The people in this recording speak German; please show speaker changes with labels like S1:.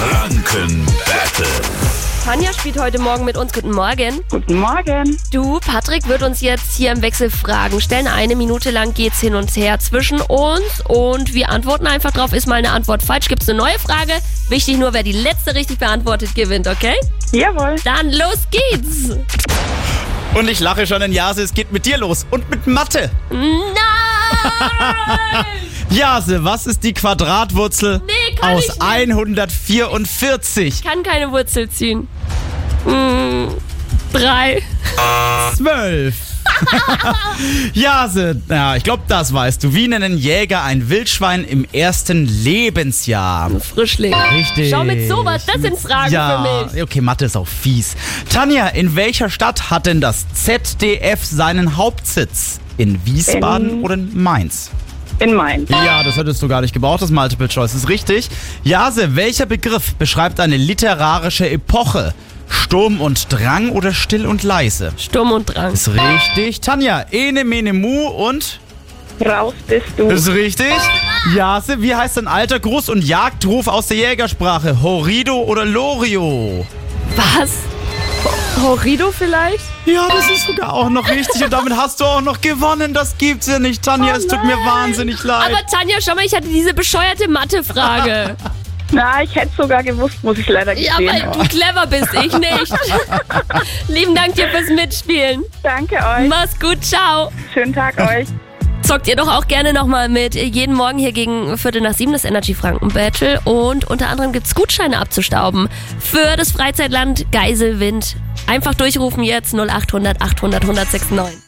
S1: Franken Battle.
S2: Tanja spielt heute Morgen mit uns. Guten Morgen.
S3: Guten Morgen.
S2: Du, Patrick, wird uns jetzt hier im Wechsel Fragen stellen. Eine Minute lang geht's hin und her zwischen uns und wir antworten einfach drauf. Ist mal eine Antwort falsch, gibt's eine neue Frage. Wichtig nur, wer die letzte richtig beantwortet, gewinnt, okay?
S3: Jawohl.
S2: Dann los geht's.
S4: Und ich lache schon in Jase, es geht mit dir los und mit Mathe.
S2: Nein!
S4: Jase, was ist die Quadratwurzel
S2: Nee, kann ich
S4: aus
S2: nicht.
S4: 144?
S2: Kann keine Wurzel ziehen. Hm, drei.
S4: 12. Jase, ja, ich glaube, das weißt du. Wie nennen Jäger ein Wildschwein im ersten Lebensjahr?
S2: Frischling.
S4: Richtig.
S2: Schau mit sowas, das sind Fragen
S4: ja,
S2: für mich.
S4: okay, Mathe ist auch fies. Tanja, in welcher Stadt hat denn das ZDF seinen Hauptsitz? In Wiesbaden
S3: In-
S4: oder in Mainz?
S3: In Mainz.
S4: Ja, das hättest du gar nicht gebraucht, das Multiple Choice ist richtig. Jase, welcher Begriff beschreibt eine literarische Epoche? Sturm und Drang oder still und leise?
S2: Sturm und Drang.
S4: Ist richtig. Tanja, Ene, Mene, Mu und?
S3: Raus bist du.
S4: Ist richtig. Jase, wie heißt ein alter Gruß und Jagdruf aus der Jägersprache? Horido oder Lorio?
S2: Was? Horrido vielleicht?
S4: Ja, das ist sogar auch noch richtig und damit hast du auch noch gewonnen. Das gibt's ja nicht, Tanja. es tut mir wahnsinnig leid.
S2: Aber Tanja, schau mal, ich hatte diese bescheuerte Mathe-Frage.
S3: Na, ich hätte sogar gewusst, muss ich leider
S2: ja,
S3: gestehen.
S2: weil du clever bist, ich nicht. Lieben Dank dir fürs Mitspielen.
S3: Danke euch.
S2: Mach's gut, ciao.
S3: Schönen Tag euch.
S2: Zockt ihr doch auch gerne nochmal mit. äh, Jeden Morgen hier gegen Viertel nach sieben das Energy Franken Battle. Und unter anderem gibt's Gutscheine abzustauben für das Freizeitland Geiselwind. Einfach durchrufen jetzt 0800 800 1069.